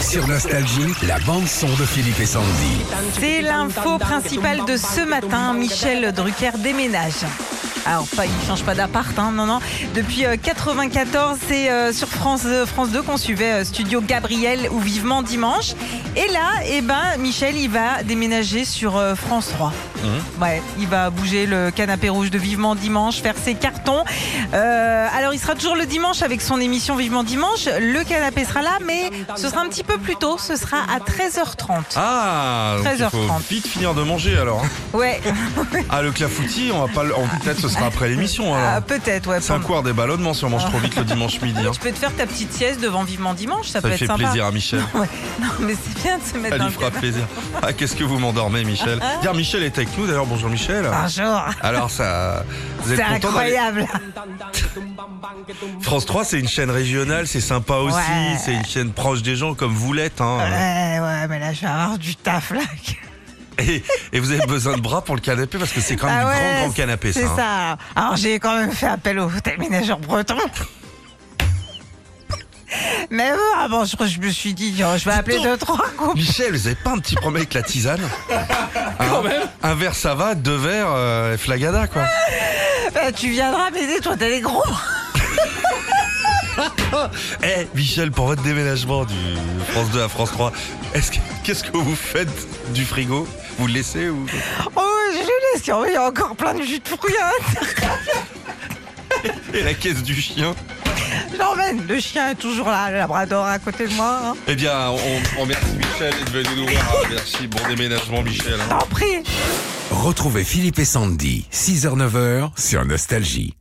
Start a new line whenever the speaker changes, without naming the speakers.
Sur Nostalgie, la bande-son de Philippe et Sandy.
C'est l'info principale de ce matin. Michel Drucker déménage. Alors, pas, il change pas d'appart, hein, non, non. Depuis euh, 94, c'est euh, sur France, euh, France 2 qu'on suivait euh, Studio Gabriel ou Vivement Dimanche. Et là, eh ben, Michel, il va déménager sur euh, France 3. Ouais, il va bouger le canapé rouge de Vivement Dimanche, faire ses cartons. Euh, alors, il sera toujours le dimanche avec son émission Vivement Dimanche. Le canapé sera là, mais ce sera un petit peu plus tôt. Ce sera à 13h30.
Ah, donc il
13h30.
faut vite finir de manger alors. hein.
Ouais,
Ah, le clafoutis, on va pas. le- oh, Peut-être ce sera après l'émission. alors.
Ah, peut-être, ouais.
C'est un
pour-
cours des ballonnements si on mange trop vite le dimanche midi. hein.
Tu peux te faire ta petite sieste devant Vivement Dimanche, ça,
Ça
peut
fait
être sympa.
plaisir à Michel.
Ouais. Non, mais c'est bien de se mettre
Elle
dans
lui
le
fera
cadre.
plaisir. Ah, qu'est-ce que vous m'endormez, Michel.
Ah.
Dire Michel est avec nous d'ailleurs. Bonjour Michel.
Bonjour,
Alors ça, vous êtes
Ah, c'est
content d'aller-
incroyable.
France 3, c'est une chaîne régionale, c'est sympa aussi.
Ouais.
C'est une chaîne proche des gens comme vous l'êtes.
Ouais,
hein.
ouais, mais là, je vais avoir du taf,
Ah,
là.
Et, et vous avez besoin de bras pour le canapé parce que c'est quand même
Ah
du
ouais,
grand, grand canapé, ça.
C'est
hein.
ça. Alors, j'ai quand même fait appel au déménageur breton. Mais bon, avant, je, je me suis dit, oh, je vais appeler
donc.
deux, trois couples.
Michel, vous avez pas un petit problème avec la tisane Quand même Un verre ça va, deux verres euh, flagada quoi.
Bah, tu viendras m'aider, toi, t'as les gros.
Eh Michel, pour votre déménagement du France 2 à France 3, est-ce que- qu'est-ce que vous faites du frigo Vous le laissez ou
Oh, je laisse. Oh, il y a encore plein de jus de fruits. hein.
Et la caisse du chien
Je l'emmène. Le chien est toujours là, le labrador à côté de moi. hein.
Eh bien, on, on remercie Michel et de venir nous voir. Ah, Merci, bon déménagement Michel. hein.
T'en prie.
Retrouvez Philippe et Sandy, 6h-9h sur Nostalgie.